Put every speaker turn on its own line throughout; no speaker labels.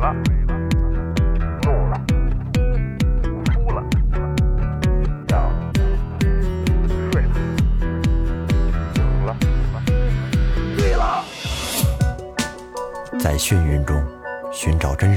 了，怒了，哭了，笑了，睡了，醒了，醉了。
在眩晕中寻找真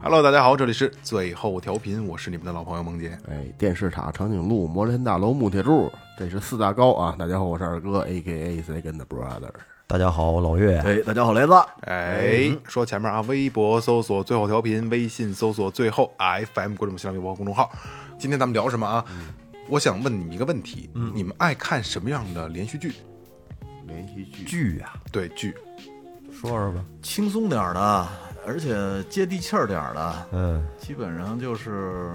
Hello，大家好，这里是最后调频，我是你们的老朋友萌姐。
哎，电视塔、长颈鹿、摩天大楼、木铁柱，这是四大高啊！大家好，我是二哥，A K A Second Brother。
大家好，我老岳。
哎，大家好，雷子。
哎，说前面啊，微博搜索最后调频，微信搜索最后 FM，关注我们新浪微博和公众号。今天咱们聊什么啊？我想问你们一个问题，你们爱看什么样的连续剧？
连续剧
剧啊，
对剧，
说说吧。
轻松点儿的，而且接地气儿点儿的，
嗯，
基本上就是，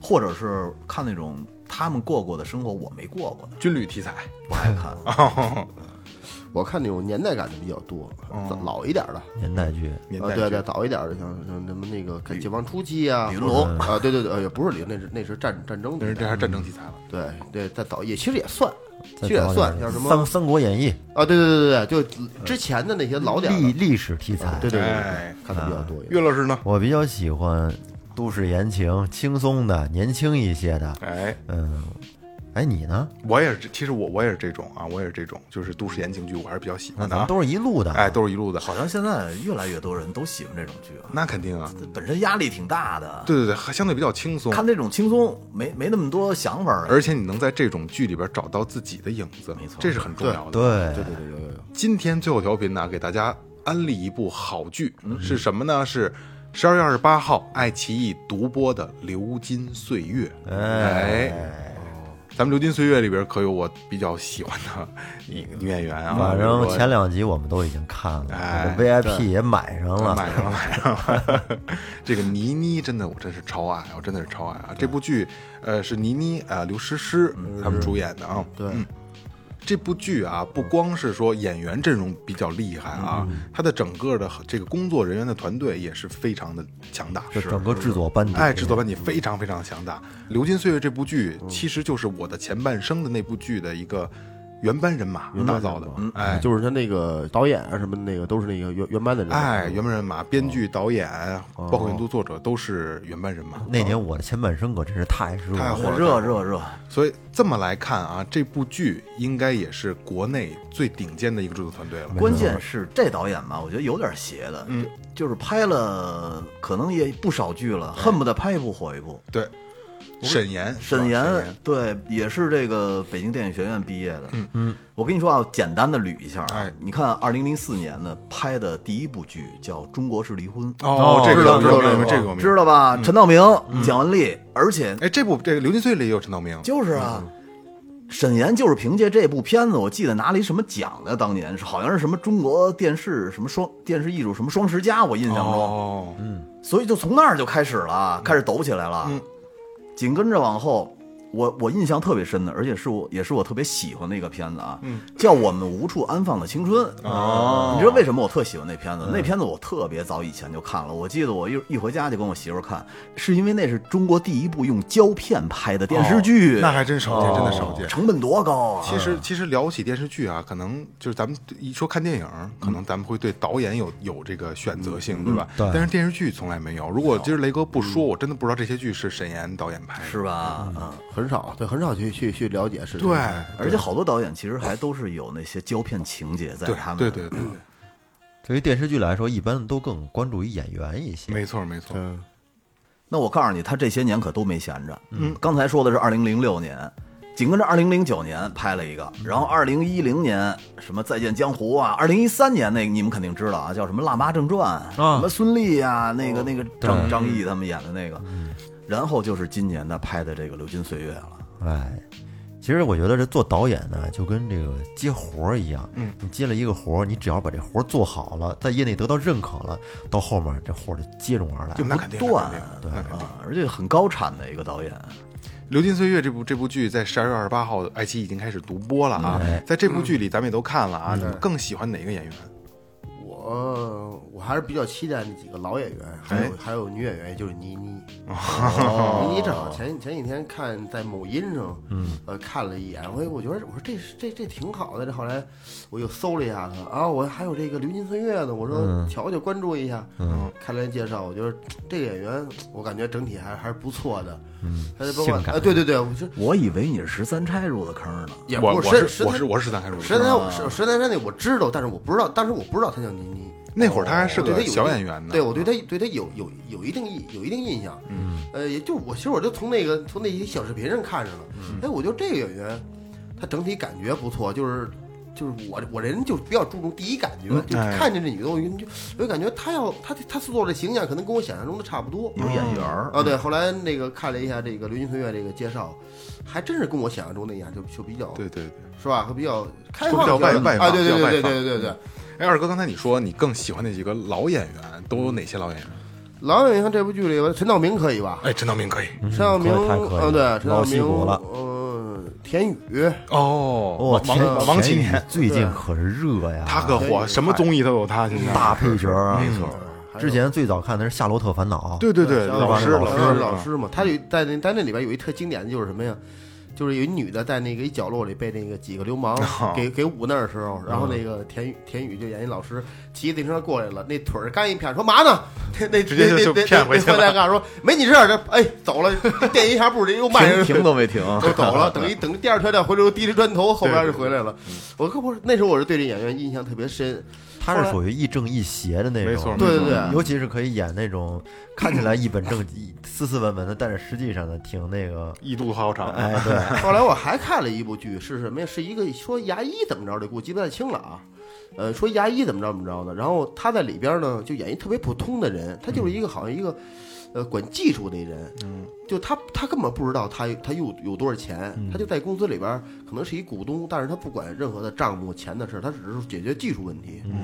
或者是看那种他们过过的生活，我没过过的，
军旅题材。
不爱看。
我看那种年代感的比较多，老一点的，
年代剧，
年
啊，
代
对
剧
对，早一点的，像像什么那个解解放初期啊，
李
或者
龙
啊，对对对，哎呀，不是李，那是那是战战争题
但是
材，
这还是战争题材了。
对对，再早也其实也算，其
再
实也
找
算，
点
像什
三
么
三国演义》
啊，对对对对，对，就之前的那些老点儿
历
的，
历史题材。
对对对对
哎
对，看的比较多。
岳老师呢？
我比较喜欢都市言情、轻松的、年轻一些的。
哎，
嗯，哎，你呢？
我也是这，其实我我也是这种啊，我也是这种，就是都市言情剧，我还是比较喜
那
欢的
咱
啊
们。都是一路的。
哎，，都是一路的。
好像现在越来越多人都喜欢这种剧啊，
那肯定啊，
本身压力挺大的，
对对对，还相对比较轻松，
看这种轻松，没没那么多想法儿。
而且你能在这种剧里边找到自己的影子，
没错
这是很重要的。
对
对对对，有有有，
今天最后调频呢，给大家安利一部好剧，
嗯
是什么呢？是十二月二十八号爱奇艺独播的《流金岁月》。哎，咱们《流金岁月》里边可有我比较喜欢的女女演员啊，
反
比
正
如说
前两集我们都已经看了，
哎
我 VIP 也买上了。
买上了，买上了。这个倪妮真的，我真是超爱，我真的是超爱啊！这部剧，呃，是倪妮啊、呃刘诗诗他们主演的啊。
对
嗯这部剧啊，不光是说演员阵容比较厉害啊，它的整个的这个工作人员的团队也是非常的强大，
这整个制作班底，
哎，制作班底非常非常强大。《流金岁月》这部剧其实就是我的前半生的那部剧的一个原班人马打造的，哎，
就是他那个导演啊什么的那个都是那个原原班的人，
哎，原班人
哦
马，编剧、导演，包括原著作者都是原班人马。
那年我的前半生可真是太失
太
落
火
了。
了
热热热，
所以这么来看啊，这部剧应该也是国内最顶尖的一个制作团队了。
关键是这导演吧，我觉得有点邪的，嗯，就是拍了可能也不少剧了，
哎
恨不得拍一部火一部。
对，沈岩，
沈
是吧
岩对，也是这个北京电影学院毕业的。嗯嗯，我跟你说啊，简单的捋一下啊，
哎
你看二零零四年呢拍的第一部剧叫《中国式离婚》，
哦，这个
知道
我
知
明
道
白，
知道
这个我明白嗯
知。道吧？陈道明、蒋雯丽，而且
哎，嗯这部这个《流金岁》里也有陈道明，
就是啊，沈岩就是凭借这部片子，我记得拿了一什么奖呢？当年是好像是什么中国电视什么双电视艺术什么双十佳，我印象中。
哦，
所以就从那儿就开始了，开始抖起来了。
嗯
紧跟着往后，我我印象特别深的，而且是我也是我特别喜欢的一个片子啊，叫《我们无处安放的青春》。
嗯哦嗯
你知道为什么我特喜欢那片子？那片子我特别早以前就看了，我记得我一一回家就跟我媳妇儿看，是因为那是中国第一部用胶片拍的电视剧，
哦那还真少见，真的少见。
成本多高啊！
其实，其实聊起电视剧啊，可能就是咱们一说看电影，可能咱们会对导演有有这个选择性，嗯对吧？
对
但是电视剧从来没有。嗯如果今儿雷哥不说，我真的不知道这些剧是沈岩导演拍的。
是吧？嗯。
很少，对，很少去去去了解是。
对，
而且好多导演其实还都是有那些胶片情节在
对
他们
对对
嗯
对，
对于电视剧来说，一般都更关注于演员一些。
没错没错。
嗯，
那我告诉你，他这些年可都没闲着。嗯，刚才说的是二零零六年，紧跟着二零零九年拍了一个，
嗯
然后二零一零年什么《再见江湖》啊，二零一三年那个你们肯定知道啊，叫什么《辣妈正传》什么孙俪啊，那
哦
个那个
嗯
张张译他们演的那个，然后就是今年他拍的这个《流金岁月》了。
哎，其实我觉得这做导演呢，就跟这个接活儿一样，嗯，你接了一个活儿，你只要把这活儿做好了，在业内得到认可了，到后面这活儿就接踵而来。
就那肯定
不断
那肯定那肯定
啊，而且很高产的一个导演，
《流金岁月》这部这部剧在十二月二十八号，爱奇艺已经开始独播了啊。在这
嗯
部剧里，咱们也都看了啊。你们更喜欢哪个演员？
我我还是比较期待那几个老演员，还有还有女演员，也就是倪妮。倪妮正好前前几天看在某音上，嗯，呃，看了一眼，我我觉得我说这是这这挺好的，这后来我又搜了一下她啊，我还有这个《流金岁月》呢，我说瞧瞧关注一下，嗯，看了介绍，我觉得这个演员我感觉整体还还是不错的，嗯，还得包括
性感
啊，对对对，我觉得
我以为你是十三钗入的坑呢。
也
我
不
我
十
是我是我是十三开始
十三山，我十十三山那我知道，但是我不知道，当时我不知道她叫倪妮。
那会儿他还是
我对他
个
有
小
一
演员呢。
对我对他对他有有有一定印有一定印象，嗯，呃，也就我其实我就从那个从那些小视频上看上了，
嗯
哎，我觉得这个演员他整体感觉不错，就是就是我我这人就是比较注重第一感
嗯
觉，就是
哎
看见这女的我就就我就感觉她要她她塑造的形象可能跟我想象中的差不多，
嗯
有眼缘儿，
啊，对，后来那个看了一下这个《流金岁月》这个介绍，还真是跟我想象中那样，就就比较
对对对。
是吧？会比较开
会比
放
较
一点
外外
啊，
放
对
比较
对对
外
对
放
对对对。
哎，二哥，刚才你说你更喜欢那几个老演员，都有哪些老演员？
老演员这部剧里边，陈道明可以吧？
哎，陈道明可以。
陈道明，
可以太可以
嗯，对，陈道
老戏
明，
骨了
呃，田雨，
哦，
我
王
天，
王王
田
启
宇
年，
最近可是热呀，
他可
哎
火，什么综艺都有他。现在
大配角啊，没
错还有
之前最早看的是《夏洛特烦恼》，
对对对，
像
老师
老
师
老师嘛，他有在那在那里边有一特经典的就是什么呀？就是有一女的在那个一角落里被那个几个流氓给给捂那儿的时候，然后那个田雨田雨就演一老师骑自行车过来了，那腿儿刚一骗，说嘛呢？那那
直接就
那
就
那
骗回去
那
了
那回来告诉说没你事儿，这哎走了，垫一下步，这又迈
停
人
停都没停，
都走了，等一等第二条再回头提着砖头，后边就回来了。我可不是那时候我是对这演员印象特别深，
他是属于亦正亦邪的那种，
没错没错
对对对，
尤其是可以演那 种看起来一本正经、 斯斯文文的，但是实际上呢，挺那个，
异度好长。
哎， 对，
后来我还看了一部剧，是什么呀？是一个说牙医怎么着的，给我记不太清了啊。呃，说牙医怎么着怎么着的，然后他在里边呢就演一特别普通的人，他就是一个好像一个，呃，管技术的人，嗯，就他他根本不知道他他有有多少钱，他就在公司里边可能是一股东，但是他不管任何的账目钱的事，他只是解决技术问题。嗯，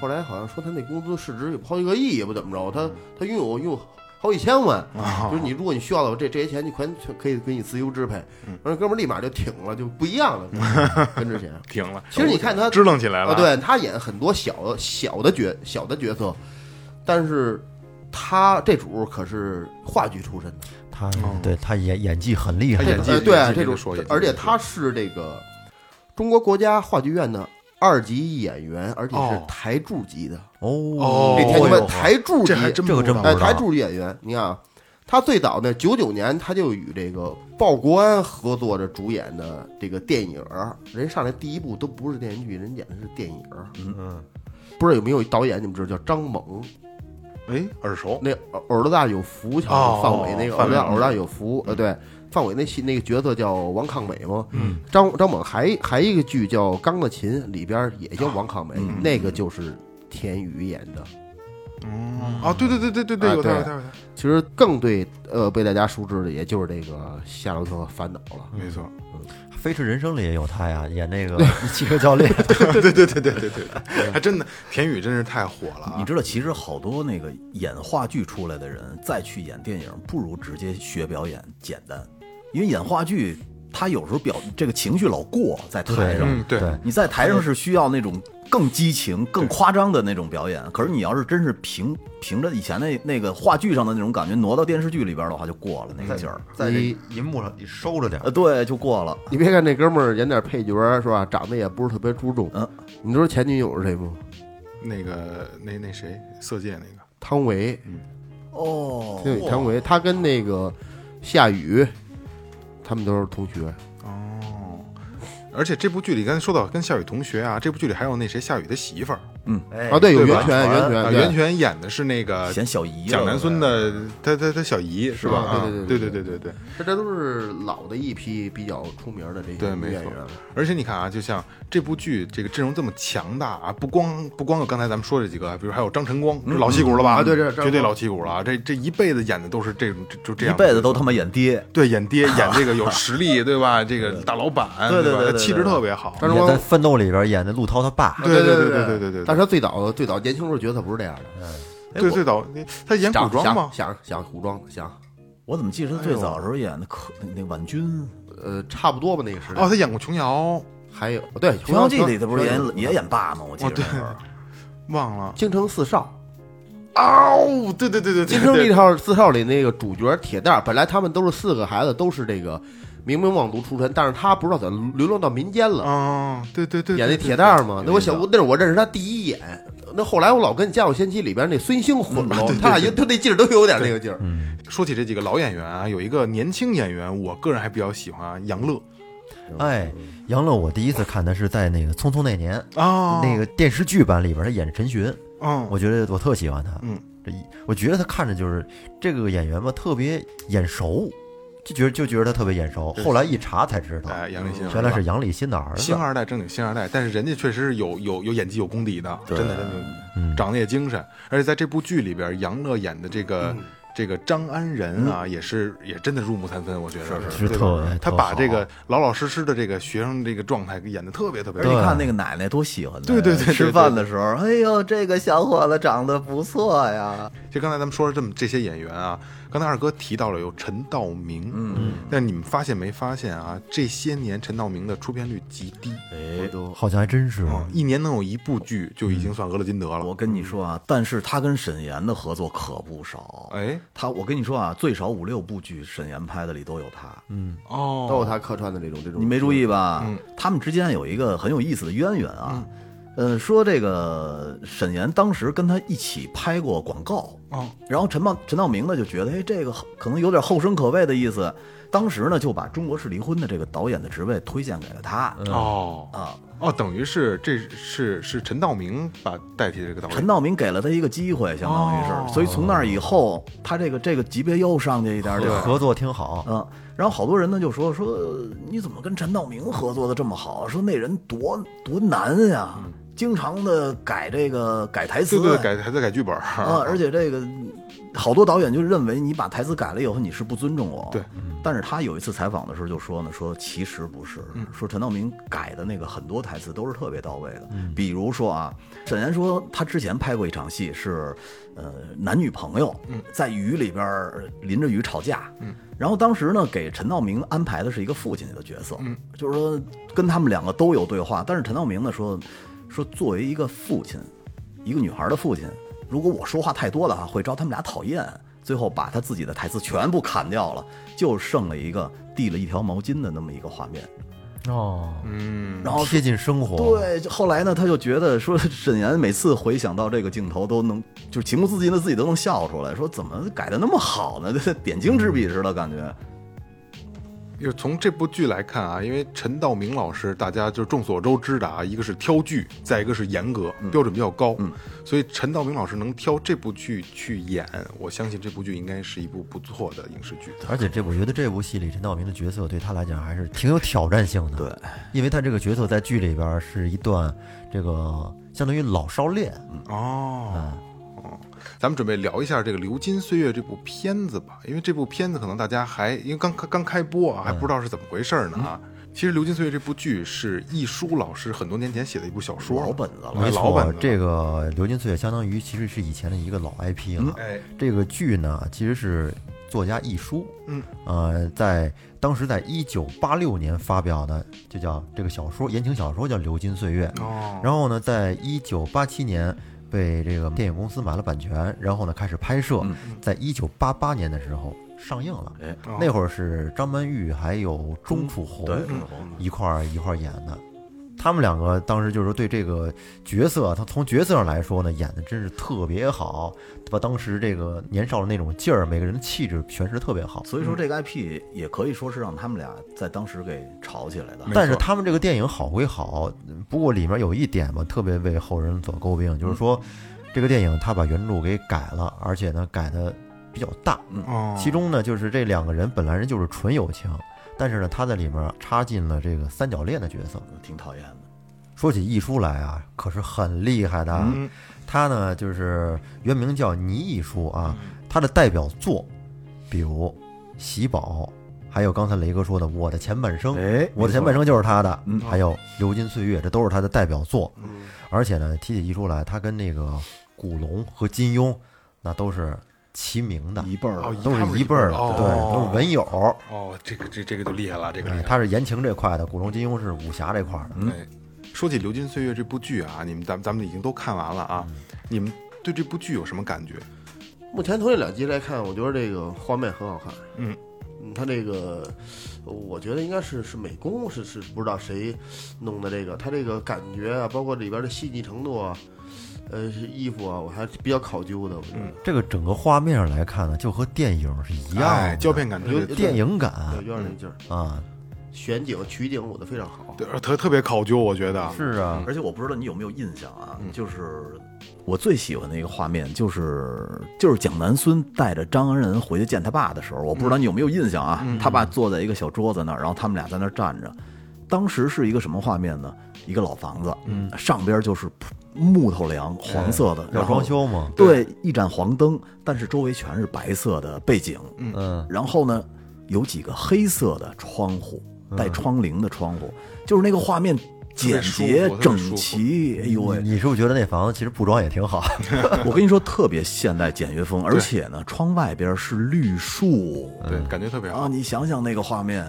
后来好像说他那公司市值有好几个亿也不怎么着，他他拥有拥有好几千万，
啊
就是你，如果你需要的话，这这些钱你全全可以给你自由支配。
嗯
完，哥们儿立马就挺了，就不一样了， 跟跟之前。
停了。
其实你看他
支棱起来了。
啊，，对他演很多小的小的角小的角色，但是他这主可是话剧出身的，
他嗯对他演演技很厉害，
嗯他演技
呃
演技
对这
这个
种
说也，
而且他是这个中国国家话剧院的二级演员，而且是
哦
台柱级的。
哦，
这天津
哎
问
呦
台柱级
这还真
这个真
不
不
知道
哎，
知
台
道，
柱演员，你看啊，他最早呢，九九年他就与这个鲍国安合作着主演的这个电影儿，人上来第一部都不是电视剧，人演的是电影儿。嗯
嗯，
不知道有没有导演你们知道叫张猛，
哎，耳熟。
那耳耳朵大有福，瞧
哦
范伟那个
范
耳
伟
朵大耳朵大有福，呃，对，范伟那戏那个角色叫王抗美嘛，
嗯，
张张猛还还一个剧叫《钢的琴》，里边也叫王抗美，那个就是田雨演的。
嗯啊，对对对对对对，
啊
有他
对
有他有他，
其实更对呃被大家熟知的，也就是这个夏洛特烦恼了。
没 错。
《飞驰人生》里也有他呀，演那个汽车教 练，
对对对对对对对，还真的，田雨真是太火了
你
啊！
知道，其实好多那个演话剧出来的人，再去演电影，不如直接学表演简单，因为演话剧，他有时候表这个情绪老过在台上。
嗯，对，
对
你在台上是需要那种更激情、更夸张的那种表演，可是你要是真是凭凭着以前那那个话剧上的那种感觉挪到电视剧里边的话，就过了那个劲儿。
在
这
这，
银幕上你收着点儿
呃，，对，就过了。
你别看这哥们儿演点配角儿是吧，长得也不是特别出众。
嗯，
你知道前女友是谁吗？
那个那那谁，色戒那个，
汤唯，
嗯
哦，
对，汤唯，他跟那个夏雨，他们都是同学。
而且这部剧里刚才说到跟夏雨同学啊，这部剧里还有那谁夏雨的媳妇儿，
嗯
哎
啊，对，有
对吧
源泉，源泉，
啊，
对
袁泉演的是那个
显小姨了
蒋南孙的，他他他小姨是吧？
啊
啊
对
对对
对对
对对对
这这都是老的一批比较出名的这些
对，没
演
错
员了。
而且你看啊，就像这部剧这个阵容这么强大啊，不光不光有刚才咱们说这几个，比如还有张晨光，这老戏骨了吧？
啊对对张晨光
绝对老戏骨了啊！这这一辈子演的都是这种这就这
一
样，
辈子都他妈演爹，
对演爹演这个有实力对吧？这个大老板
对对
吧
对对？
他
对
气质
对对
特别好，
张晨
也
光
在《奋斗》里边演的陆涛他爸，
对对
啊对
对
对
对对对
但是他最早最早年轻时候觉得他不是这样的，
哎
对
我
最早他演古
想
装吗？
想想想古装，想
我怎么记得
哎
他最早的时候演的可那婉君，啊
呃差不多吧那个时代。
哦，他演过琼瑶，
还有对《
《
琼
琼瑶记》里
他
他不是演也演爸吗？我记得那会儿
忘了。
京城四少，
哦，对对对 对，对
《京城
对
四少》四少里那个主角铁蛋儿，本来他们都是四个孩子，都是这个名门望族出身，但是他不知道怎么流浪到民间
嗯
了。
哦，对对对，
演那
对
铁蛋儿嘛，那我
印象
小那是我认识他第一眼。那后来我老跟《家有仙妻》里边那孙兴混
嗯
了，他俩就他那劲儿都有点那个劲儿。
说起这几个老演员啊，有一个年轻演员，我个人还比较喜欢啊杨乐
哎，杨乐，我第一次看他是在那个《匆匆那年》
啊
那个电视剧版里边，他演陈寻，
嗯，
我觉得我特喜欢他。
嗯，
这一我觉得他看着就是这个演员吧，特别眼熟，就觉得就觉得他特别眼熟。后来一查才知道，
哎杨立新
嗯原来是杨立新的儿子
星。二代，正经星二代，但是人家确实是有有有演技有功底的，真的真
嗯
的，长得也精神，而且在这部剧里边，杨乐演的这个。
嗯
这个张安仁啊，也是也真的入木三分，我觉得
是
对
特
吧
别
他
特
把
好
这个老老实实的这个学生这个状态给演的特别特别
而
好
且你看那个奶奶多喜欢他，
对对对对对
吃饭的时候，哎呦，这个小伙子长得不错呀，
就刚才咱们说了这么这些演员啊，刚才二哥提到了有陈道明，嗯，但你们发现没发现啊？这些年陈道明的出片率极低，
哎。
好像还真是，
啊，一年能有一部剧就已经算俄勒金德了。
我跟你说啊，但是他跟沈岩的合作可不少。
哎，
他，我跟你说啊，最少五六部剧沈岩拍的里都有他，
哦
都有他客串的这种这种，
你没注意吧？
嗯
他们之间有一个很有意思的渊源啊。
嗯
呃，说这个沈岩当时跟他一起拍过广告，
哦，
然后陈道陈道明呢就觉得，哎，这个可能有点后生可畏的意思，当时呢就把《中国式离婚》的这个导演的职位推荐给了他。
哦
啊，
哦，等于是这是是陈道明把代替这个导演，
陈道明给了他一个机会，相当于是，
哦
所以从那以后，他这个这个级别又上去一点点。
合作挺好。
啊
嗯，然后好多人呢就说说呃你怎么跟陈道明合作的这么好？啊说那人多多难呀，经常的改这个改台词
嗯对，对，改还在改剧本
啊， 而且这个好多导演就认为你把台词改了以后你是不尊重我。
对，
但是他有一次采访的时候就说呢，说其实不是，说陈道明改的那个很多台词都是特别到位的，比如说啊，沈岩说他之前拍过一场戏是，呃，男女朋友在雨里边儿淋着雨吵架，嗯。然后当时呢，给陈道明安排的是一个父亲的角色，嗯，就是说跟他们两个都有对话，但是陈道明呢说，说作为一个父亲，一个女孩的父亲，如果我说话太多的话，会招他们俩讨厌。最后把他自己的台词全部砍掉了，就剩了一个递了一条毛巾的那么一个画面。
哦，
嗯，
然后
贴近生活。，
对，后来呢，他就觉得说沈岩每次回想到这个镜头都能，就是情不自禁的自己都能笑出来，说怎么改的那么好呢？ 这点睛之笔似的感觉。
就是从这部剧来看啊，因为陈道明老师大家就众所周知的啊，一个是挑剧，再一个是严格，
嗯
标准比较高，所以陈道明老师能挑这部剧去演，我相信这部剧应该是一部不错的影视剧。
而且这我觉得这部戏里陈道明的角色对他来讲还是挺有挑战性的。
对，
因为他这个角色在剧里边是一段这个相当于老少恋，
哦。
啊
哦，咱们准备聊一下这个《流金岁月》这部片子吧，因为这部片子可能大家还因为刚刚开播啊，还不知道是怎么回事儿呢啊。
嗯
其实《流金岁月》这部剧是易舒老师很多年前写的一部小说，
老本子了
没
哎老本
错
子，
这个《流金岁月》相当于其实是以前的一个老 IP 了。
哎，
这个剧呢，其实是作家一书，
嗯，
呃，在当时在一九八六年发表的，就叫这个小说言情小说叫《流金岁月》。
哦，
然后呢，在一九八七年被这个电影公司买了版权，然后呢开始拍摄，在一九八八年的时候上映了。
嗯哎，哦
哦
那会儿是张曼玉还有钟楚红
嗯
对，
一块儿一块儿演的。他们两个当时就是说对这个角色，他从角色上来说呢，演的真是特别好，把当时这个年少的那种劲儿，每个人的气质诠释得特别好。
所以说这个 IP 也可以说是让他们俩在当时给炒起来的。
没
但是
错
他们这个电影好归好，嗯不过里面有一点嘛，特别为后人所诟病，
嗯
就是说、这个电影他把原著给改了，而且呢改的比较大。
哦，
其中呢，就是这两个人本来人就是纯友情，但是呢，他在里面插进了这个三角恋的角色。
挺讨厌的。
说起易舒来啊，可是很厉害的啊。
嗯
他呢，就是原名叫倪易舒啊，他的代表作，比如《喜宝》，还有刚才雷哥说的《我的前半生》。
哎
我的前半生就是他的，
嗯
还有《流金岁月》，这都是他的代表作。而且呢，提起易舒来，他跟那个古龙和金庸，那都是齐名的，
一辈儿
哦
都是一辈儿的，
哦
对，都是文友。
哦，这个这这个就厉害了，这个厉
哎
害，了。
他是言情这块的，古龙金庸是武侠这块的。
哎，说起《流金岁月》这部剧啊，你们咱们咱们已经都看完了啊，
嗯
你们对这部剧有什么感觉？
目前从这两集来看，我觉得这个画面很好看。
嗯
嗯，他这个，我觉得应该是是美工，是是不知道谁弄的这个，他这个感觉啊，包括里边的细腻程度啊，呃，是衣服啊，我还比较考究的。我觉
嗯
得
这个整个画面上来看呢，就和电影是一样
哎
的，，
胶片感特别
有
电影感
对有点那劲
嗯
儿，
啊，
选景、取景舞的非常好。
对特特别考究，我觉得
是啊，
而且我不知道你有没有印象啊，
嗯
就是我最喜欢的一个画面，就是就是蒋南孙带着张恩仁回去见他爸的时候，我不知道你有没有印象
嗯
啊？他爸坐在一个小桌子那儿，然后他们俩在那儿站着。当时是一个什么画面呢？一个老房子，嗯，上边就是铺木头梁，黄色的，
哎要
然后
装修嘛，
对，一盏黄灯，但是周围全是白色的背景，
嗯，
然后呢，有几个黑色的窗户，
嗯
带窗棂的窗户，就是那个画面简
特别舒服
洁
特别
整
舒服嗯
齐。哎呦喂，
你是不是觉得那房子其实不装也挺 好？
我跟你说，特别现代简 约风，而且呢，窗外边是绿树
对，感觉特别
啊，
好。
你想想那个画面，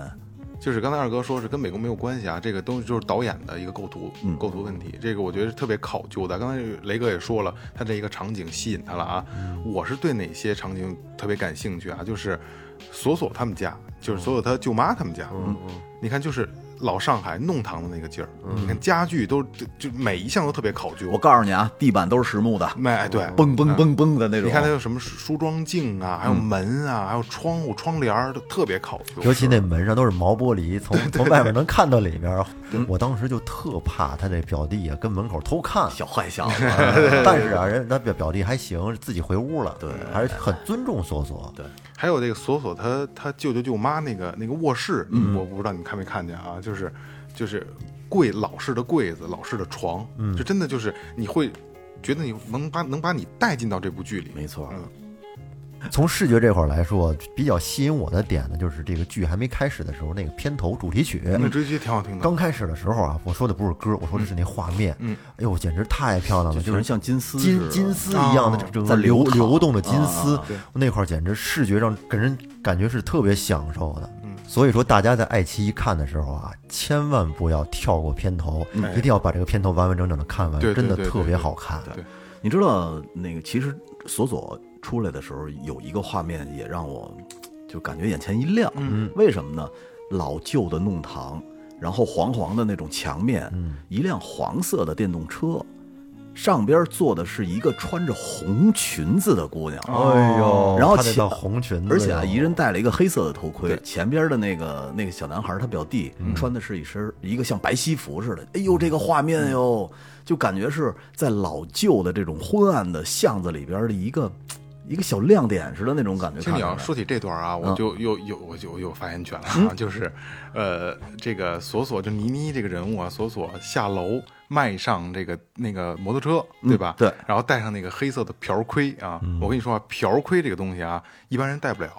就是刚才二哥说是跟美工没有关系啊，这个东西就是导演的一个构图、构图问题，这个我觉得是特别考究的。刚才雷哥也说了，他这一个场景吸引他了啊。我是对哪些场景特别感兴趣啊？就是索索他们家，就是索索他舅妈他们家，嗯，你看就是老上海弄堂的那个劲儿，你看家具都就就每一项都特别考究。
我告诉你啊，地板都是实木的，
哎对，
嘣嘣嘣嘣的那种。
你看它有什么梳妆镜啊，还有门啊，还有窗户窗帘儿都特别考究，
尤其那门上都是毛玻璃，从从外面能看到里边。我当时就特怕他这表弟啊跟门口偷看，
小坏 小子，
但是啊，人他表表弟还行，自己回屋了，对，还是很尊重索索，对，
还有这个索索他他舅舅舅妈那个那个卧室，
嗯
我不知道你看没看见啊，就是就是柜老式的柜子，老式的床，
嗯
就真的就是你会觉得你能把能把你带进到这部剧里，
没错
嗯
从视觉这块儿来说，比较吸引我的点呢，就是这个剧还没开始的时候，那个片头主题曲。
嗯
那追剧挺好听的，
刚开始的时候啊，我说的不是歌，我说的是那画面。
嗯，
哎呦，简直太漂亮了，就
全
是
是像金丝似
金
的
金丝一样的
啊哦
整
在
个
流
流
淌
流动的金丝
啊，
那块儿简直视觉上给人感觉是特别享受的。
嗯
所以说大家在爱奇艺看的时候啊，千万不要跳过片头，一定要把这个片头完完整整的看完，
嗯哎对对
真的
对对
特别
对
好看。
对
你知道那个，其实索索出来的时候有一个画面也让我嘖就感觉眼前一亮，嗯，为什么呢？老旧的弄堂，然后黄黄的那种墙面，嗯，一辆黄色的电动车，上边坐的是一个穿着红裙子的姑娘，
哎呦，
然后
看那
前
条红
嗯
裙子哟，
而且啊，一人戴了一个黑色的头盔，前边的那个那个小男孩，他表弟
嗯
穿的是一身一个像白西服似的。哎呦，这个画面哟，
嗯
就感觉是在老旧的这种昏暗的巷子里边的一个一个小亮点似的那种感觉。
听你
看
啊，
着
说起这段啊，
嗯
我就又又我就有发言权了啊，就是，呃，这个索索就倪妮这个人物啊，索索下楼迈上这个那个摩托车，
嗯
对吧？
对，
然后戴上那个黑色的瓢盔啊，我跟你说啊，瓢盔这个东西啊，一般人戴不了，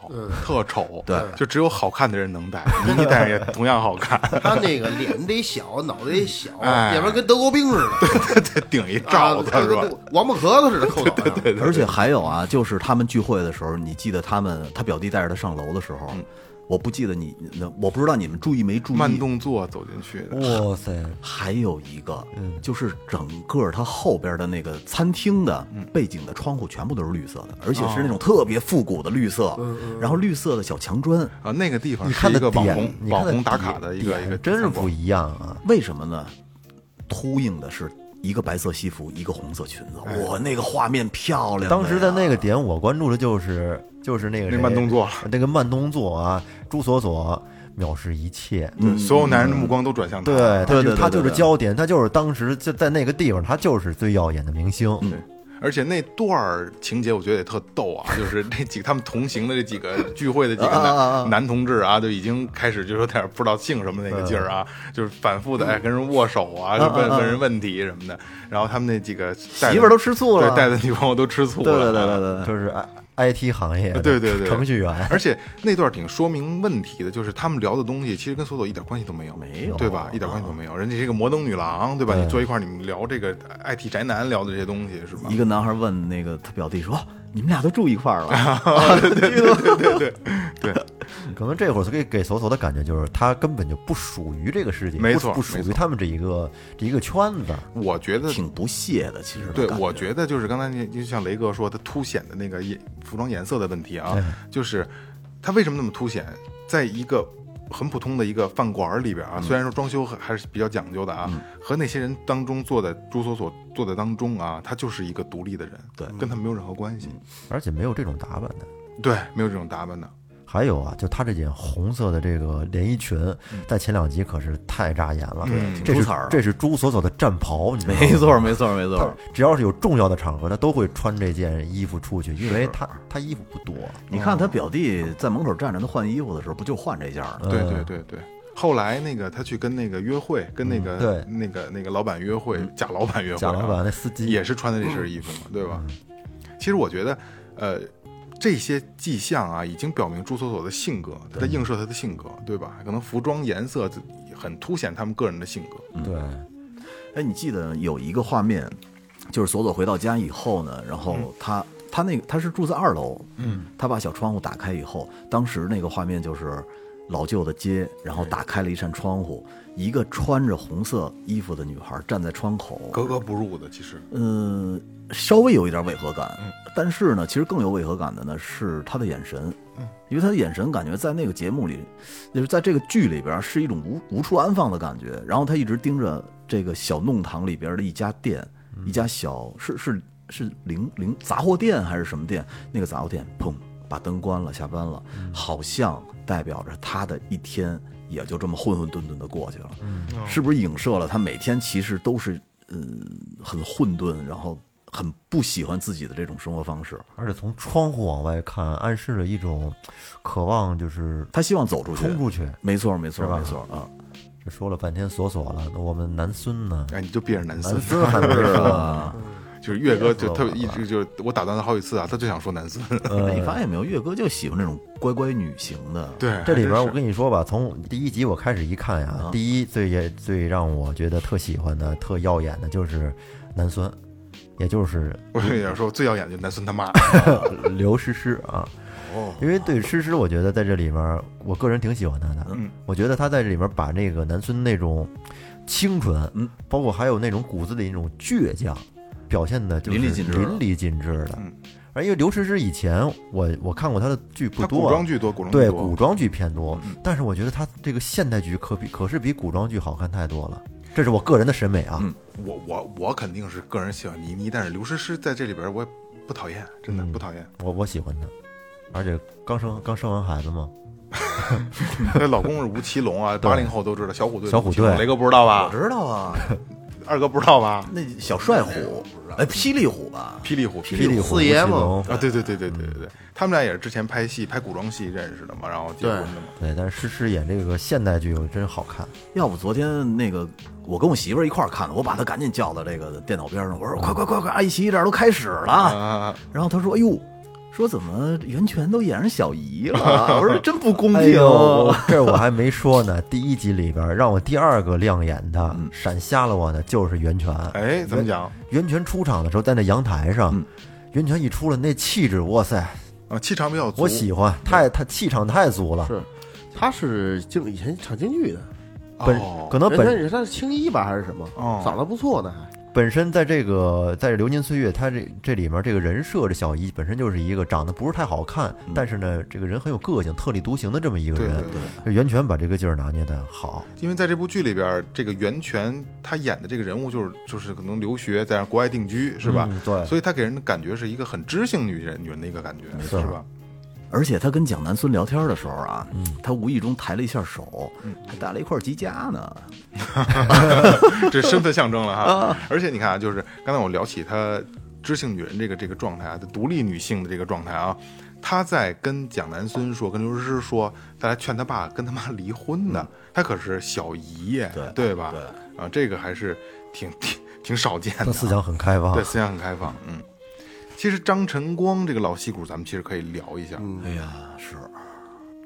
特 丑，
对，
就只有好看的人能戴，倪妮戴上也同样好看，
他那个脸得小，脑袋得小，
哎
要不然跟德国兵似的，
对，顶一罩子
啊
是吧？
跟跟王八壳 子似的扣脑上。
而且还有啊，就是他们聚会的时候，你记得他们他表弟带着他上楼的时候，我不记得你，那我不知道你们注意没注意，
嗯慢动作走进去的，
哇塞，
啊
还有一个，就是整个它后边的那个餐厅的背景的窗户全部都是绿色的，而且是那种特别复古的绿色，然后绿色的小墙砖。
啊，那个地方
你
是
看
一
的
个网
点
红，
你
网
看的
红打
点
卡的一个一个
点真是
餐馆
不一样啊！
为什么呢？秃映的是一个白色西服，一个红色裙子，哇，那个画面漂亮的呀。
当时在那个点，我关注的就是就是那个
那
谁
慢动作了，
那个慢动作啊，朱锁锁藐视一切，
对所有男人的目光都转向他。
嗯对，他
对
就
对
他
对
就是
对
焦点，他就是当时就在那个地方，他就是最耀眼的明星。
嗯
而且那段儿情节我觉得也特逗 啊，就是那几个他们同行的这几个聚会的几个
啊啊啊啊
男男同志啊，就已经开始就有点不知道姓什么那个劲儿啊，
嗯
就是反复的哎跟人握手啊，就问问人问题什么的。然后他们那几个媳
媳妇儿都吃醋了
对，带的女朋友都吃醋
对对
了，
对对对对。
就是 I IT 行业的
嗯呃对对对
程序员，
而且那段挺说明问题的，就是他们聊的东西其实跟搜索一点关系都没有，没
有
对吧？一点关系都没有。人家是一个摩登女郎，对吧？你坐一块儿，你们聊这个 IT 宅男聊的这些东西是吧？
一个男孩问那个他表弟说：“哦你们俩都住一块儿了？”
可能这会儿给给索索的感觉就是他根本就不属于这个世界，
没
不
错
不属
没
于
错
他们这一个这一个圈子。
我觉得
挺不屑的，其实
对，
感
我觉得就是刚才你就像雷哥说，它凸显的那个颜服装颜色的问题啊，就是它为什么那么凸显？在一个很普通的一个饭馆里边啊，虽然说装修还还是比较讲究的啊，和那些人当中坐在朱锁锁坐在当中啊，他就是一个独立的人，
对
跟他没有任何关系，
而且没有这种打扮的。
对，没有这种打扮的，
还有啊，就她这件红色的这个连衣裙，在前两集可是太扎眼了，
嗯
这
嗯挺出
是
彩儿的
这是朱锁锁的战袍，你知道吗
没错，没错，没
她
错。
只要是有重要的场合，她都会穿这件衣服出去，因为她她衣服不多，
你看他表弟在门口站着，他换衣服的时候不就换这件儿吗？
对对对对。后来那个他去跟那个约会，跟那个、
对
那个那个老板约会，假老板约会、啊，
贾老板那司机
也是穿的这身衣服嘛，对吧？其实我觉得，呃，这些迹象啊，已经表明朱锁锁的性格，它在映射她的性格，对吧？可能服装颜色这很凸显他们个人的性格。
对，
哎，你记得有一个画面，就是索索回到家以后呢，然后他、他那个他是住在二楼，嗯，他把小窗户打开以后，当时那个画面就是老旧的街，然后打开了一扇窗户，一个穿着红色衣服的女孩站在窗口，
格格不入的，其实，
嗯，稍微有一点违和感，但是呢，其实更有违和感的呢是他的眼神，因为他的眼神感觉在那个节目里，就是在这个剧里边是一种无无处安放的感觉。然后他一直盯着这个小弄堂里边的一家店，一家小是是是零零杂货店还是什么店？那个杂货店砰把灯关了，下班了，好像代表着他的一天也就这么混混沌沌的过去了。是不是影射了他每天其实都是呃很混沌，然后很不喜欢自己的这种生活方式？
而且从窗户往外看，暗示了一种渴望，就是
他希望走出去，
冲出去。
没错，没错
是，吧
没错 啊！
这说了半天锁锁了，那我们男孙 呢？
哎，你就憋着男
男
森，
孙还没说，
就是岳哥就
憋死
特
我了
别一直就我打断他好几次啊，他就想说男森。
呃
你发现没有，岳哥就喜欢这种乖乖女型的，
对，
这里边儿
还真
我跟你说吧，从第一集我开始一看呀，第一最也最让我觉得特喜欢的、特耀眼的就是南孙，也就是
是我跟你说，最耀眼就男森他 妈，
呃刘诗诗啊。因为对诗诗，我觉得在这里面儿，我个人挺喜欢她的。
嗯，
我觉得她在这里面儿把那个南孙那种清纯，
嗯，
包括还有那种骨子里那种倔强，表现的就是
淋漓尽致
淋漓尽致的
嗯。
而因为刘诗诗以前我我看过她的剧不
他
多啊，
古装剧多，古装剧
对
多
古装剧偏多，但是我觉得它这个现代剧可比可是比古装剧好看太多了，这是我个人的审美啊。
嗯
我我我肯定是个人喜欢倪妮，但是刘诗诗在这里边我也不讨厌，真的
嗯
不讨厌。
我我喜欢她，而且刚生刚生完孩子嘛，
那老公是吴奇隆啊，八零后都知道小虎队，
小虎队
吴奇隆雷哥不知道吧？
知道啊，
二哥不知道吧？
那小帅虎， 哎，霹雳虎吧，
霹雳虎，霹
霹雳
虎
虎、
四爷嘛
吴奇隆
啊，对对对对对对对，他们俩也是之前拍戏拍古装戏认识的嘛，然后结婚的嘛。
对，但是诗诗演这个现代剧我真好看，
要不昨天那个我跟我媳妇儿一块儿看的，我把她赶紧叫到这个电脑边上，我说快快快快，爱奇艺这儿都开始了。
啊，
然后她说：“哎呦，说怎么袁泉都演上小姨 了？”我说：“真不公
哎
平。
呦，这我还没说呢。 第一集里边让我第二个亮眼的、闪瞎了我的就是袁泉。
哎，怎么讲
袁泉出场的时候在那阳台上，
嗯
袁泉一出来那气质，哇塞，
啊？气场比较足，
我喜欢，太他气场太足了。
是，他是京以前唱京剧的，
本
哦
可能
人家
本
人家是青衣吧还是什么
哦，
长得不错呢还。
本身在这个在《流金岁月》它这这里面这个人设，这小一本身就是一个长得不是太好看，但是呢，这个人很有个性、特立独行的这么一个
对
人
嗯对。对，
这袁泉把这个劲儿拿捏的好，
因为在这部剧里边，这个袁泉他演的这个人物就是就是可能留学在国外定居是吧？
嗯对
所以他给人的感觉是一个很知性女人女人的一个感觉，是
错
吧？
而且他跟蒋南孙聊天的时候啊，
嗯
他无意中抬了一下手，还带了一块吉家呢。
这是身份象征了哈。 而且你看啊，就是刚才我聊起她知性女人这个这个状态啊，就独立女性的这个状态啊，她在跟蒋南孙说，跟刘诗诗说，她来劝她爸跟她妈离婚的，她可是小姨耶，
嗯对
对吧？
对
啊，这个还是挺挺挺少见
他
的，啊
思想很开放
对，。思想很开放，嗯。其实张晨光这个老戏骨，咱们其实可以聊一下。
嗯
哎呀，是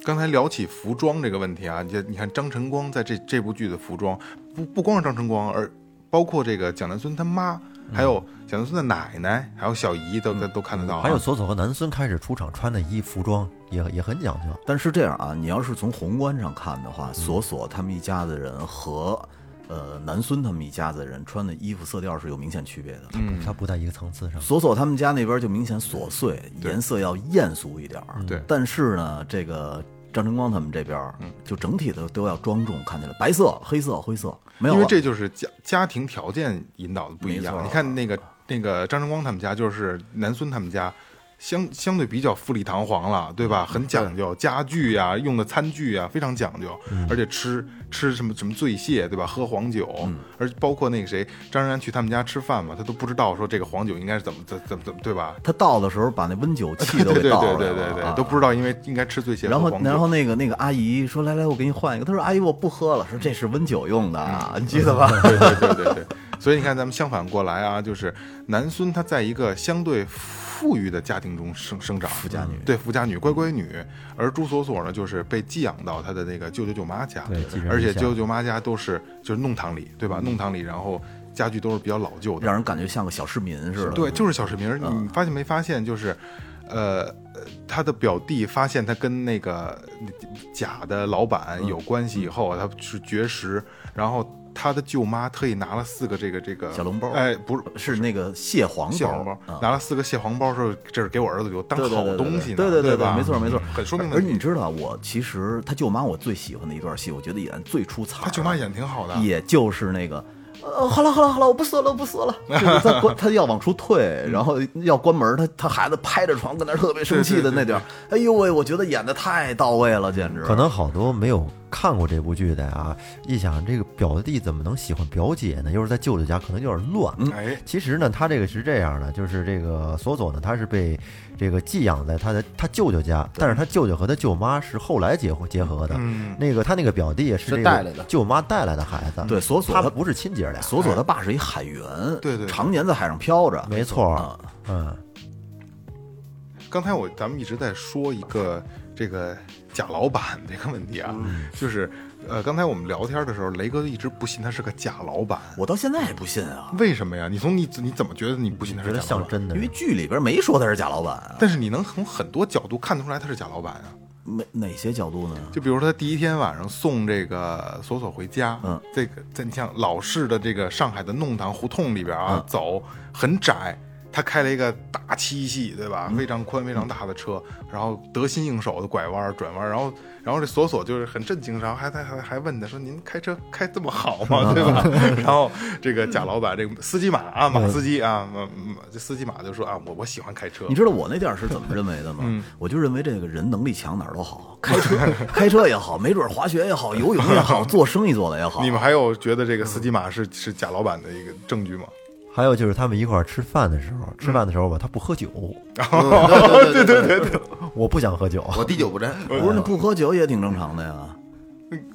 刚才聊起服装这个问题啊，你你看张晨光在这这部剧的服装，不不光是张晨光，而包括这个蒋南孙他妈，还有蒋南孙的奶奶，还有小姨都、都都看得到
嗯
啊、
还有索索和南孙开始出场穿的衣服装也也很讲究，
但是这样啊，你要是从宏观上看的
嗯
话，索索他们一家子人和呃南孙他们一家子人穿的衣服色调是有明显区别的。
嗯
它不在一个层次上。
索索他们家那边就明显琐碎，颜色要艳俗一点儿。
对嗯
但是呢，这个张晨光他们这边儿就整体的都要庄重，看起来白色、黑色、灰色，没有
因为
了
这就是家家庭条件引导的不一
没
样。
错
你看那个那个张晨光他们家，就是南孙他们家，相相对比较富丽堂皇了，对
嗯
吧？很讲究家具呀、用的餐具呀、非常讲究，
嗯
而且吃吃什么什么醉蟹，对吧？喝黄酒，
嗯
而包括那个谁张然然去他们家吃饭嘛，他都不知道说这个黄酒应该是怎么怎怎么怎么，对吧？
他倒的时候把那温酒气
对
都
对
给
对
倒出来
对
了
对对
啊
对，都不知道，因为应该吃醉蟹
然
喝
后，
黄酒。
然后那个那个阿姨说：“来来，我给你换一个。”她说：“阿姨，我不喝了。”说：“这
嗯
是温酒用的啊，你记得吧
对对对对对，所以你看，咱们相反过来啊，就是男孙他在一个相对富裕的家庭中生生长，富家女对富家女乖乖女，而朱锁锁呢，就是被寄养到他的那个舅舅舅妈家，
对寄人
而且
篱下
舅舅舅妈家都是就是弄堂里，对吧？弄堂里，然后家具都是比较老旧？”的，
让人感觉像个小市民似的。
对，就是小市民儿。
嗯
你发现没发现？就是，呃，呃他的表弟发现他跟那个假的老板
嗯
有关系以后啊，他是绝食，然后他的舅妈特意拿了四个这个这个
小笼包
哎，不是。
是那个蟹黄
蟹黄包、
啊
拿了四个蟹黄包，说这是给我儿子留当
对对
好
对对
东西呢，
对对对
吧？
没错没错，
很说明
而
问
你
题。
知道，我其实他舅妈我最喜欢的一段戏，我觉得演得最出彩儿的。
他舅妈演得挺好的，
也就是那个，呃，好了好了好了，我不说了我不说了， 就是他关他要往出退，
嗯
然后要关门，他他孩子拍着床跟那儿特别生气的那点儿，哎呦喂，我觉得演的太到位了，简直。
可能好多没有看过这部剧的啊，一想这个表弟怎么能喜欢表姐呢？又是在舅舅家，可能有点乱。
哎，
其实呢，他这个是这样的，就是这个索索呢，他是被这个寄养在他的他舅舅家，但是他舅舅和他舅妈是后来结婚结合的。
嗯
那个他那个表弟是这
是
个
带来的
舅妈带来的孩子，
对索索
他
他
不是亲姐儿俩，
索索他爸是一海员，
哎对对对
常年在海上漂着，
没错
啊
儿，嗯，
刚才我咱们一直在说一个这个假老板这个问题啊，
嗯
就是呃，刚才我们聊天的时候，雷哥一直不信他是个假老板，
我到现在也不信啊，我
为什么呀？你从你你怎么觉得你不信他
嗯觉
是
得
假老
像
板？
真的
因为
人。
剧里边没说他是贾老板啊，
但是你能从很多角度看得出来他是假老板啊。
哪哪些角度呢？
就比如说他第一天晚上送这个索索回家，
嗯，
这个在你像老式的这个上海的弄堂胡同里边
嗯
啊，走很窄。他开了一个大七系，对吧？
嗯
非常宽、非常大的车，然后得心应手的拐弯、转弯，然后，然后这索索就是很震惊，然后还还还还问他说：“您开车开这么好吗？ 对吧？”然后这个贾老板，这个司机马啊，
嗯
马司机啊，马马这司机马就说啊，我我喜欢开车
你，知道我那点儿是怎么认为的吗？
嗯
我就认为这个人能力强哪儿都好，开车 开车也好，没准儿滑雪也好，游泳 也好，做生意做的也好。
你们还有觉得这个司机马是是贾老板的一个证据吗？
还有就是他们一块儿吃饭的时候，吃饭的时候吧，他不喝酒，
对对对对对，
我不想喝酒，
我滴酒不沾。
不是那不喝酒也挺正常的呀。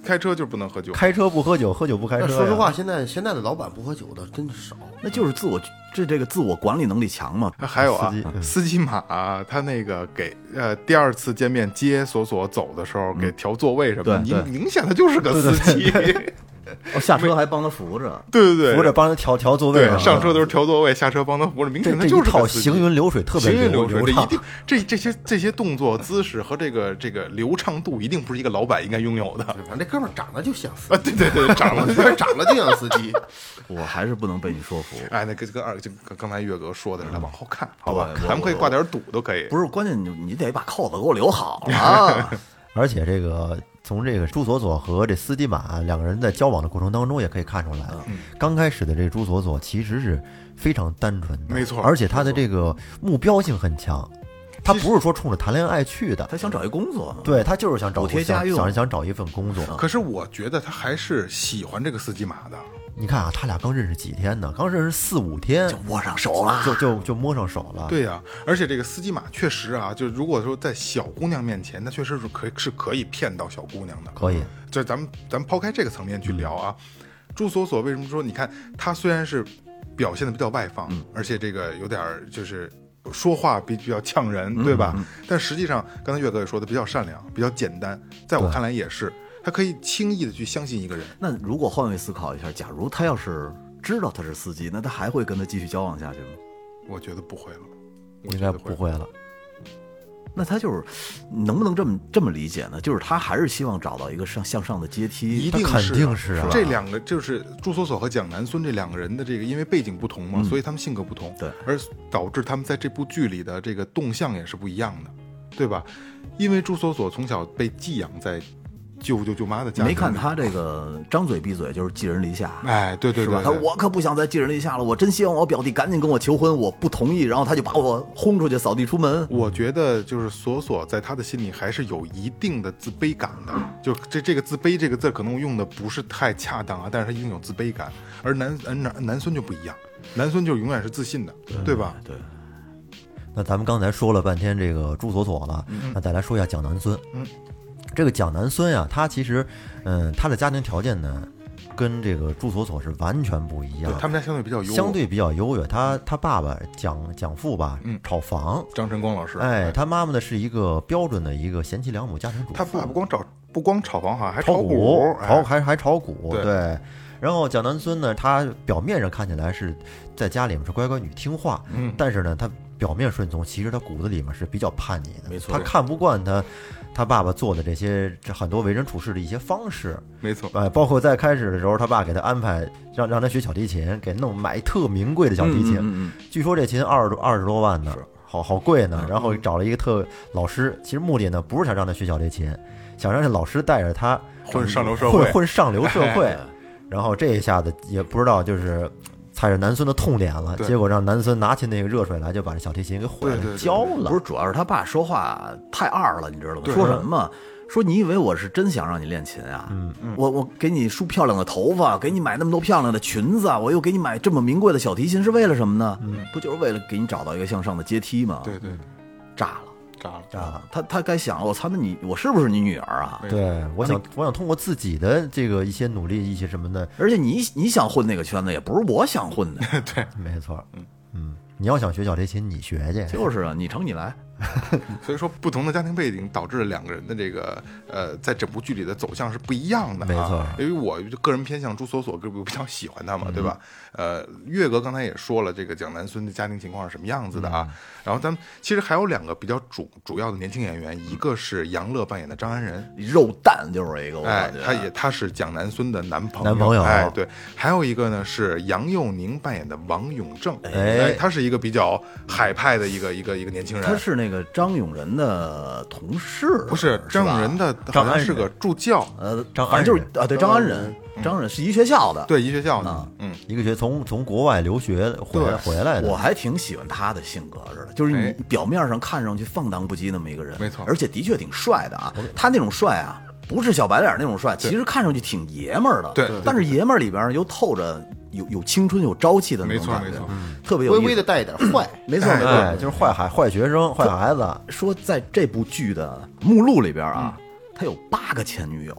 开车就是不能喝酒。
开车不喝酒，喝酒不开车
但
呀。
说实话，现在现在的老板不喝酒的真少。
那就是自我这这个自我管理能力强嘛。
还有啊
司机，嗯
司机马、他那个给呃第二次见面
嗯
接索索走的时候，给调座位什么的，
对
明明显他就是个司机。
哦下车还帮他扶着，
对对对，
扶着帮人调调座位
对
啊，
上车都是调座位，下车帮他扶着，明
这
显他
这
就
一
是
套
个司机
行云流水，特别
行云流水，
流
这一
畅
定这这些这些动作姿势和这个这个流畅度，一定不是一个老板应该拥有的啊！
反正这哥们儿长得就像司机，
对对对，长
我
了。
觉得啊长得就像司 机。
我还是不能被你说服。
哎，那跟跟二就跟刚才岳哥说
嗯
的似的，往后看，好吧，
对我
咱们可以挂点赌都可以。
不是，关键你你得把扣子给我留好 了啊。
而且这个从这个朱锁锁和这司机马两个人在交往的过程当中，也可以看出来
嗯
嗯
啊，刚开始的这朱锁锁其实是非常单纯的，
没错
而且他的这个目标性很强，他不是说冲着谈恋爱去的，
他想找一工作，
对他就是想找
补贴家
想
用
想想找一份工作。
可是我觉得他还是喜欢这个司机马的，
你看啊，他俩刚认识几天呢？刚认识四五天
就握上手了。
就就就摸上手了，
对呀、啊而且这个司机马确实啊，就如果说在小姑娘面前，他确实是可以是可以骗到小姑娘的。
可以。
就咱们咱们抛开这个层面
嗯
去聊啊，朱锁锁为什么说？你看她虽然是表现的比较外放，
嗯
而且这个有点儿就是说话比比较呛人，对吧？
嗯
但实际上，刚才岳哥也说的比较善良，比较简单，在我看来也是，他可以轻易的去相信一个人。
那如果换位思考一下，假如他要是知道他是司机，那他还会跟他继续交往下去吗？
我觉得不会了，我
应
觉
该
得
不。会了。
那他就是能不能这么这么理解呢？就是他还是希望找到一个上向上的阶
一
梯。
定
肯
是
定是啊
这两个就是朱锁锁和蒋南孙这两个人的这个，因为背景不同嘛，所以他们性格不同，
嗯对，
而导致他们在这部剧里的这个动向也是不一样的，对吧？因为朱锁锁从小被寄养在舅舅舅妈的家里，
没看，他这个张嘴闭嘴就是寄人篱下，
哎，对对
是吧
对，？
他
对
我可不想再寄人篱下了，我真希望我表弟赶紧跟我求婚，我不同意，然后他就把我轰出去，扫地出门。
我觉得就是锁锁在他的心里还是有一定的自卑感的，就这这个自卑这个字可能用的不是太恰当啊，但是他一定有自卑感，而南而南南孙就不一样，南孙就永远是自信的，对吧？
对，
那咱们刚才说了半天这个朱锁锁了，那再来说一下蒋南孙。
嗯，
这个蒋南孙呀，他其实，嗯，他的家庭条件呢，跟这个朱锁锁是完全不一样
对，，他们家相对比较优渥，
相对比较优越。他他爸爸蒋蒋父吧
嗯，
炒房，
张晨光老师，
哎，他妈妈呢是一个标准的一个贤妻良母家庭主妇，
他爸不光炒不光炒房，好像还
炒
股，哎
炒还还炒股，
对
对。然后蒋南孙呢，他表面上看起来是在家里面是乖乖女听话，
嗯
但是呢，他表面顺从，其实他骨子里面是比较叛逆的。
没错
他看不惯他他爸爸做的这些这很多为人处事的一些方式，
没错，
呃，包括在开始的时候，他爸给他安排让让他学小提琴，给弄买一特名贵的小提琴，
嗯嗯
据说这琴二十多二十多万呢，好好贵
嗯
呢。然后找了一个特老师，其实目的呢不是想让他学小提琴，想让这老师带着他
混上流社会
混混上流社会
哎。
然后这一下子也不知道就是踩着南孙的痛点了，
对
结果让南孙拿起那个热水来，就把这小提琴给毁
对对
了，
对
浇
嗯
了
不。是，主要是他爸说话太二了，你知道吗？
对
说什么？说你以为我是真想让你练琴啊？嗯，我我给你梳漂亮的头发，给你买那么多漂亮的裙子，啊我又给你买这么名贵的小提琴，是为了什么呢？不就是为了给你找到一个向上的阶梯吗？
对，对，
炸了。
炸了，
啊，
他他该想，我操，那你我是不是你女儿啊？
对，我想我想通过自己的这个一些努力，一些什么的，
而且你你想混那个圈子，也不是我想混 的，
没错。嗯，你要想学小提琴，你学去。
就是啊，你成你来，
所以说不同的家庭背景导致了两个人的这个呃，在整部剧里的走向是不一样的、啊，
没错
因为我就个人偏向朱锁锁，个我比较喜欢他嘛，对吧？呃，岳哥刚才也说了，这个蒋南孙的家庭情况是什么样子的啊？然后咱们其实还有两个比较主主要的年轻演员，一个是杨乐扮演的张安仁，
肉蛋就是一个，我
哎
感觉，
他也他是蒋南孙的男朋友，
男朋友
哎，对，还有一个呢是杨佑宁扮演的王永正，
哎
他是一个比较海派的一个一个一个年轻人，
他是那个张永仁的同事，
不是张
吧
永仁的，好
张安
像
仁
是个助教，
呃，
张
反正就是
安
啊，对，张安仁，张安仁是一学校的，，
嗯对，一学校
啊
的，嗯，
一个学从从国外留学回来
对
回来的，
我还挺喜欢他的性格似的，就是
哎
你表面上看上去放荡不羁那么一个人，
没错
而且的确挺帅的啊，他那种帅啊。不是小白脸那种帅，其实看上去挺爷们儿的，
对对
但是爷们儿里边又透着有有青春、有朝气的那
没
种
错
感觉，
没错
特别有
微
意思
微的带一点坏，
没错没错，
哎
哎，就是坏孩坏学生、坏孩子，
说在这部剧的目录里边啊，他有八个前女友，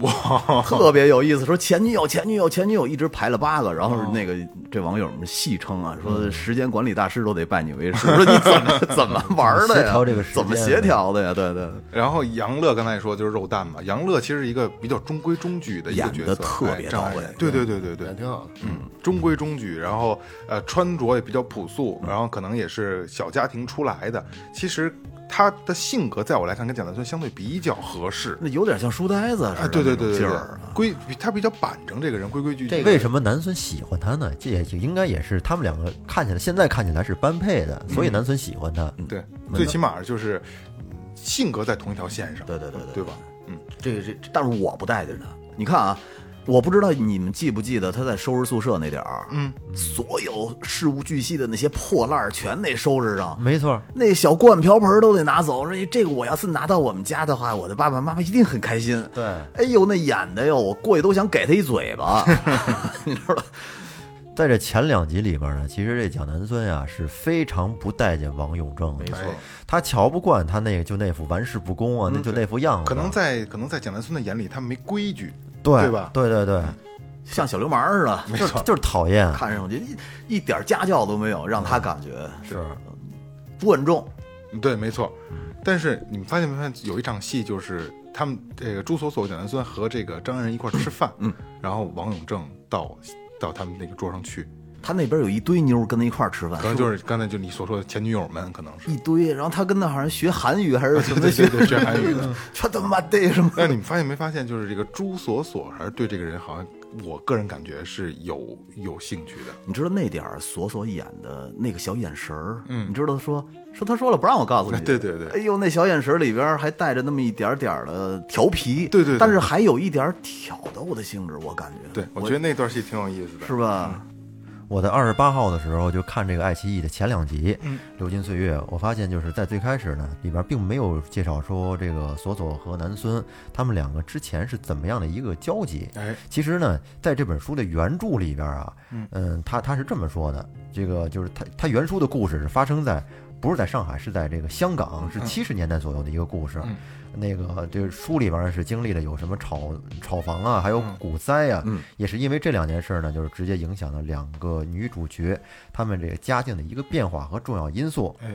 哇，
特别有意思。说前女友、前女友、前女友，一直排了八个。然后那个这网友们戏称啊，说时间管理大师都得拜你为师。说你怎么怎么玩的
协
呀？
调这个时间
怎么协调的呀？对对，
然后杨乐刚才也说就是肉蛋嘛，杨乐其实是一个比较中规中矩的一个
演
角
得
色，
特
哎
别
张
到
爱
位
玲对对对对对
演，挺好的。
嗯，中规中矩，然后呃穿着也比较朴素，然后可能也是小家庭出来的。其实他的性格在我来看跟蒋南孙相对比较合适，
那有点像书呆子
啊，
似的
对对
那种
对
劲
对对
儿啊，。
规他比较板正，这个人规规矩矩。
这个
为什么南孙喜欢他呢？这也也应该也是他们两个看起来现在看起来是般配的，所以南孙喜欢他。
对，最起码就是性格在同一条线上，
对对对对
对吧？嗯，
这个这，但是我不待见他。你看啊，我不知道你们记不记得他在收拾宿舍那点儿，嗯，所有事无巨细的那些破烂儿全得收拾上，
没错，
那小锅碗瓢盆都得拿走。这这个我要是拿到我们家的话，我的爸爸妈妈一定很开心。
对
哎呦，那演的哟，我过去都想给他一嘴 巴，你知道吧？
在这前两集里边呢，其实这蒋南孙呀、是非常不待见王永正的，没哎
错，
他瞧不惯他那个就那副玩世不恭啊，那就那副样子，
可能在可能在蒋南孙的眼里，他没规矩，
对
对吧
对对对，
像小流氓似的，
就是就是讨厌，
看上去一一点家教都没有，让他感觉
是
不稳重。
对，没错。但是你们发现没发现，有一场戏就是他们这个朱锁锁、蒋南孙和这个张安仁一块儿 吃饭，嗯，然后王永正到到他们那个桌上去，
他那边有一堆妞儿跟他一块儿吃饭
可，能就是刚才就你所说的前女友们，可能是
一堆，然后他跟那好像学韩语还是什么
对
学
对， 对，学韩语的。
全他妈的什么？
但你们发现没发现，就是这个朱锁锁还是对这个人好像，我个人感觉是有有兴趣的。
你知道那点儿索索演的那个小眼神儿，嗯，你知道他说说他说了不让我 告诉你，
对对对
哎呦，那小眼神里边儿还带着那么一点儿点儿的调皮，
对对对
但是还有一点儿挑逗的性质，我感觉，
对，我
我
觉得那段戏挺有意思的。
是吧？
我在二十八号的时候就看这个爱奇艺的前两集《流金岁月》，我发现就是在最开始呢，里边并没有介绍说这个索索和南孙他们两个之前是怎么样的一个交集。
哎，
其实呢，在这本书的原著里边啊，嗯，他他是这么说的，这个就是他他原书的故事是发生在不是在上海，是在这个香港，是七十年代左右的一个故事。那个就是书里边是经历了有什么炒炒房啊，还有股灾啊，也是因为这两件事呢，就是直接影响了两个女主角她们这个家境的一个变化和重要因素。
哎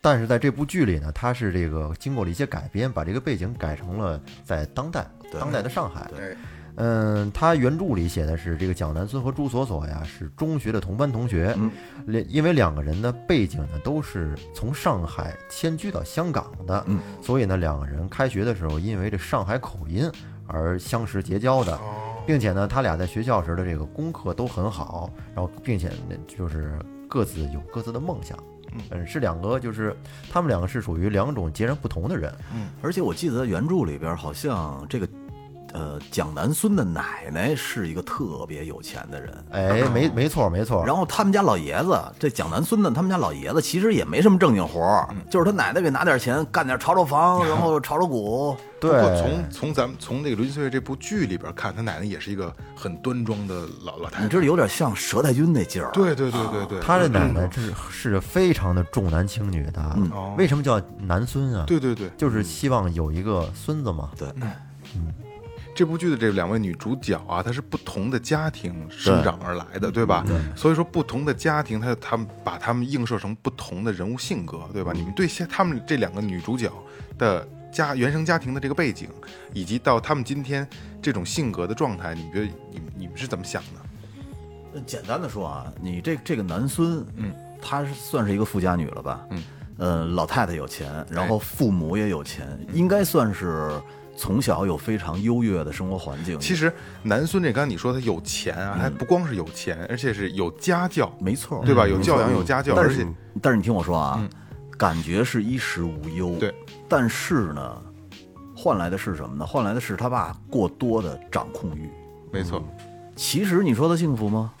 但是在这部剧里呢，它是这个经过了一些改编，把这个背景改成了在当代
对
当代的上海。
哎，
嗯，他原著里写的是这个蒋南孙和朱锁锁呀是中学的同班同学，
嗯
两因为两个人呢背景呢都是从上海迁居到香港的，所以呢两个人开学的时候因为这上海口音而相识结交的，并且呢他俩在学校时的这个功课都很好，然后并且呢就是各自有各自的梦想。嗯，是两个，就是他们两个是属于两种截然不同的人。
而且我记得在原著里边儿好像这个。呃，蒋南孙的奶奶是一个特别有钱的人，
哎，没没错，没错。
然后他们家老爷子，这蒋南孙呢，他们家老爷子其实也没什么正经活儿，
嗯
就是他奶奶给拿点钱干点炒炒房，然后炒炒股。
不
对，
过从从咱们从那个《流金岁月》这部剧里边看，他奶奶也是一个很端庄的老老太
你
太。
这有点像佘太君那劲儿，，啊
对对对对对，嗯
他这奶奶这是是非常的重男轻女的，
哦
为什么叫男孙啊？
对对对，
就是希望有一个孙子嘛。
对
这部剧的这两位女主角啊，她是不同的家庭生长而来的，对吧？所以说不同的家庭，她她们把她们映射成不同的人物性格，对吧？你们对现她们这两个女主角的家原生家庭的这个背景，以及到她们今天这种性格的状态，你觉得你们你们是怎么想的？
简单的说啊，你这这个南孙，嗯，她是算是一个富家女了吧？嗯，呃，老太太有钱，然后父母也有钱，
嗯
应该算是从小有非常优越的生活环境。
其实南孙这刚才你说他有钱啊，他不光是有钱，而且是有家教，
嗯没错，嗯
对吧？有教养，有家教，而且嗯
但是你听我说啊，感觉是衣食无忧，
对，
但是呢，换来的是什么呢？换来的是他爸过多的掌控欲。
没错。
其实你说他幸福吗？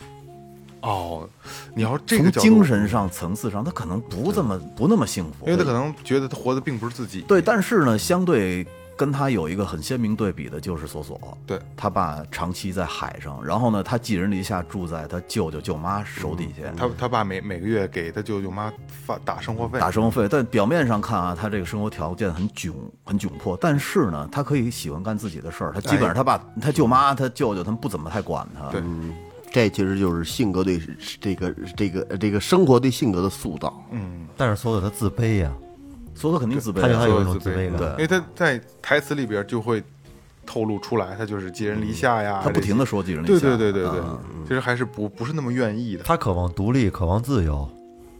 哦，你要是这个
从
角度
精，神上层次上，他可能不这么不那么幸福，
因为他可能觉得他活的并不是自己，
对，但是呢，相对跟他有一个很鲜明对比的就是索索，
对，
他爸长期在海上，然后呢，他寄人篱下住在他舅舅舅妈手底下，
嗯他他爸每每个月给他舅舅妈发打生活费，
打生活费。但表面上看啊，他这个生活条件很窘很窘迫，但是呢，他可以喜欢干自己的事儿。他基本上他爸、他舅妈、他舅舅他们不怎么太管他。
哎对
这其实就是性格对这个这个这个生活对性格的塑造。
嗯
但是所有的自卑呀、
索索肯定自卑啊，
他就他有一种
自
自
卑
卑
对因
感。
为他在台词里边就会透露出来，他就是寄人篱下呀，
嗯他不停的
的
说寄人篱
对
下。
对对对
啊
对，其实还是不不是那么愿意的，
他渴望独立，渴望自由，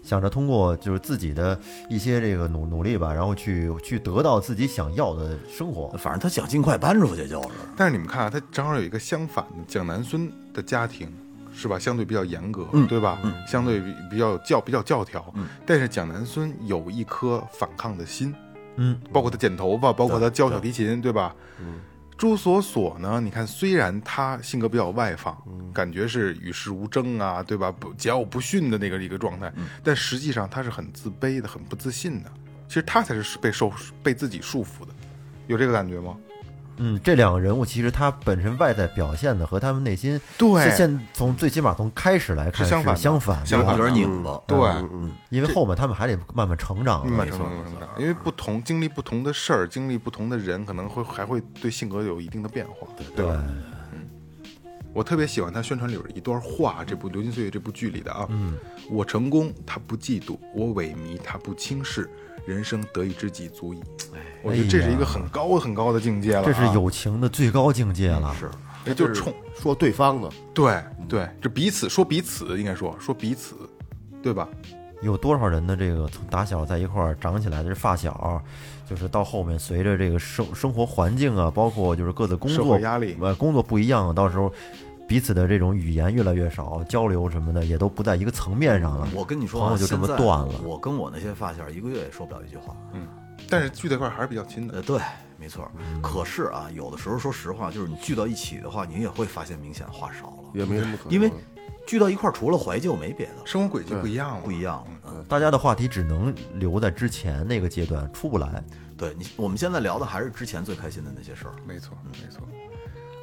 想着通过就是自己的一些这个努努力吧，然后去去得到自己想要的生活。
反正他想尽快搬出去就是。
但是你们看啊，他正好有一个相反的蒋南孙的家庭，是吧？相对比较严格，对吧？相对比比较有教比较教条，但是蒋南孙有一颗反抗的心，
嗯，
包括他剪头发，包括他教小提琴，对吧？嗯。朱锁锁呢？你看，虽然他性格比较外放，感觉是与世无争啊，对吧？不桀骜不驯的那个一个状态，但实际上他是很自卑的，很不自信的。其实他才是被受被自己束缚的，有这个感觉吗？
嗯，这两个人物其实他本身外在表现的和他们内心
对
是现从最起码从开始来看
是相反的
相反的，嗯
相反
有
的
点拧巴。
对，嗯
因为后面他们还得慢慢成长
明
嘛。
白成长成长，因为不同经历不同的事儿，经历不同的人，可能会还会对性格有一定的变化，对吧？嗯，我特别喜欢他宣传里边一段话，这部《流金岁月》这部剧里的啊，嗯，我成功他不嫉妒，我萎靡他不轻视，人生得一知己足矣。我觉得这是一个很高很高的境界了、啊，
这是友情的最高境界了。是，
嗯是，就冲
说对方的，
对对，就彼此说彼此，应该说说彼此，对吧？
有多少人的这个从打小在一块儿长起来的是发小，就是到后面随着这个生生活环境啊，包括就是各自工
社
作
会压力
呃，工作不一样，到时候彼此的这种语言越来越少，交流什么的也都不在一个层面上
嗯
了。
我跟你说
朋
啊，
友就这么
现在
断了。
我跟我那些发小一个月也说不了一句话。
但是聚在一块儿还是比较亲的，
呃，对，没错。可是啊，有的时候说实话，就是你聚到一起的话，你也会发现明显话少了，
也没什么可
因为聚到一块儿除了怀旧没别的了，
生活轨迹不一样了，
不一样了。嗯，
大家的话题只能留在之前那个阶段，出不来。
对你，我们现在聊的还是之前最开心的那些事儿。
没错，没错。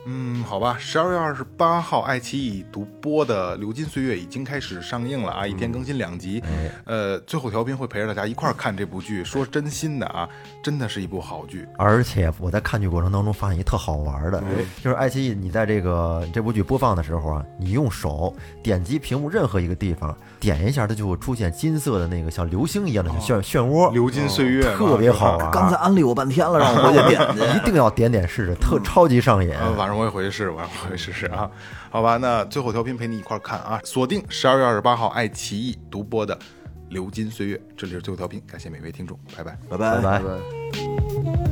嗯，好吧，十二月二十八号，爱奇艺独播的《流金岁月》已经开始上映了啊，一天更新两
嗯
集。
哎
呃，最后调频会陪着大家一块儿看这部剧。说真心的啊，真的是一部好剧。
而且我在看剧过程当中发现一特好玩的，
嗯
就是爱奇艺，你在这个这部剧播放的时候啊，你用手点击屏幕任何一个地方，点一下，它就会出现金色的那个像流星一样的
哦
漩漩
《
涡，
流金岁月》
哦特别好玩。
啊刚才安利我半天了，让我回 去点去。
一定要点点试试，特超级上瘾。
啊，
哦
晚上我也回去试，晚上我回去试试啊。好吧，那最后调频陪你一块儿看啊，锁定十二月二十八号爱奇艺独播的《流金岁月》，这里是最后调频，感谢每位听众，拜拜。
拜
拜
拜。
拜。
能。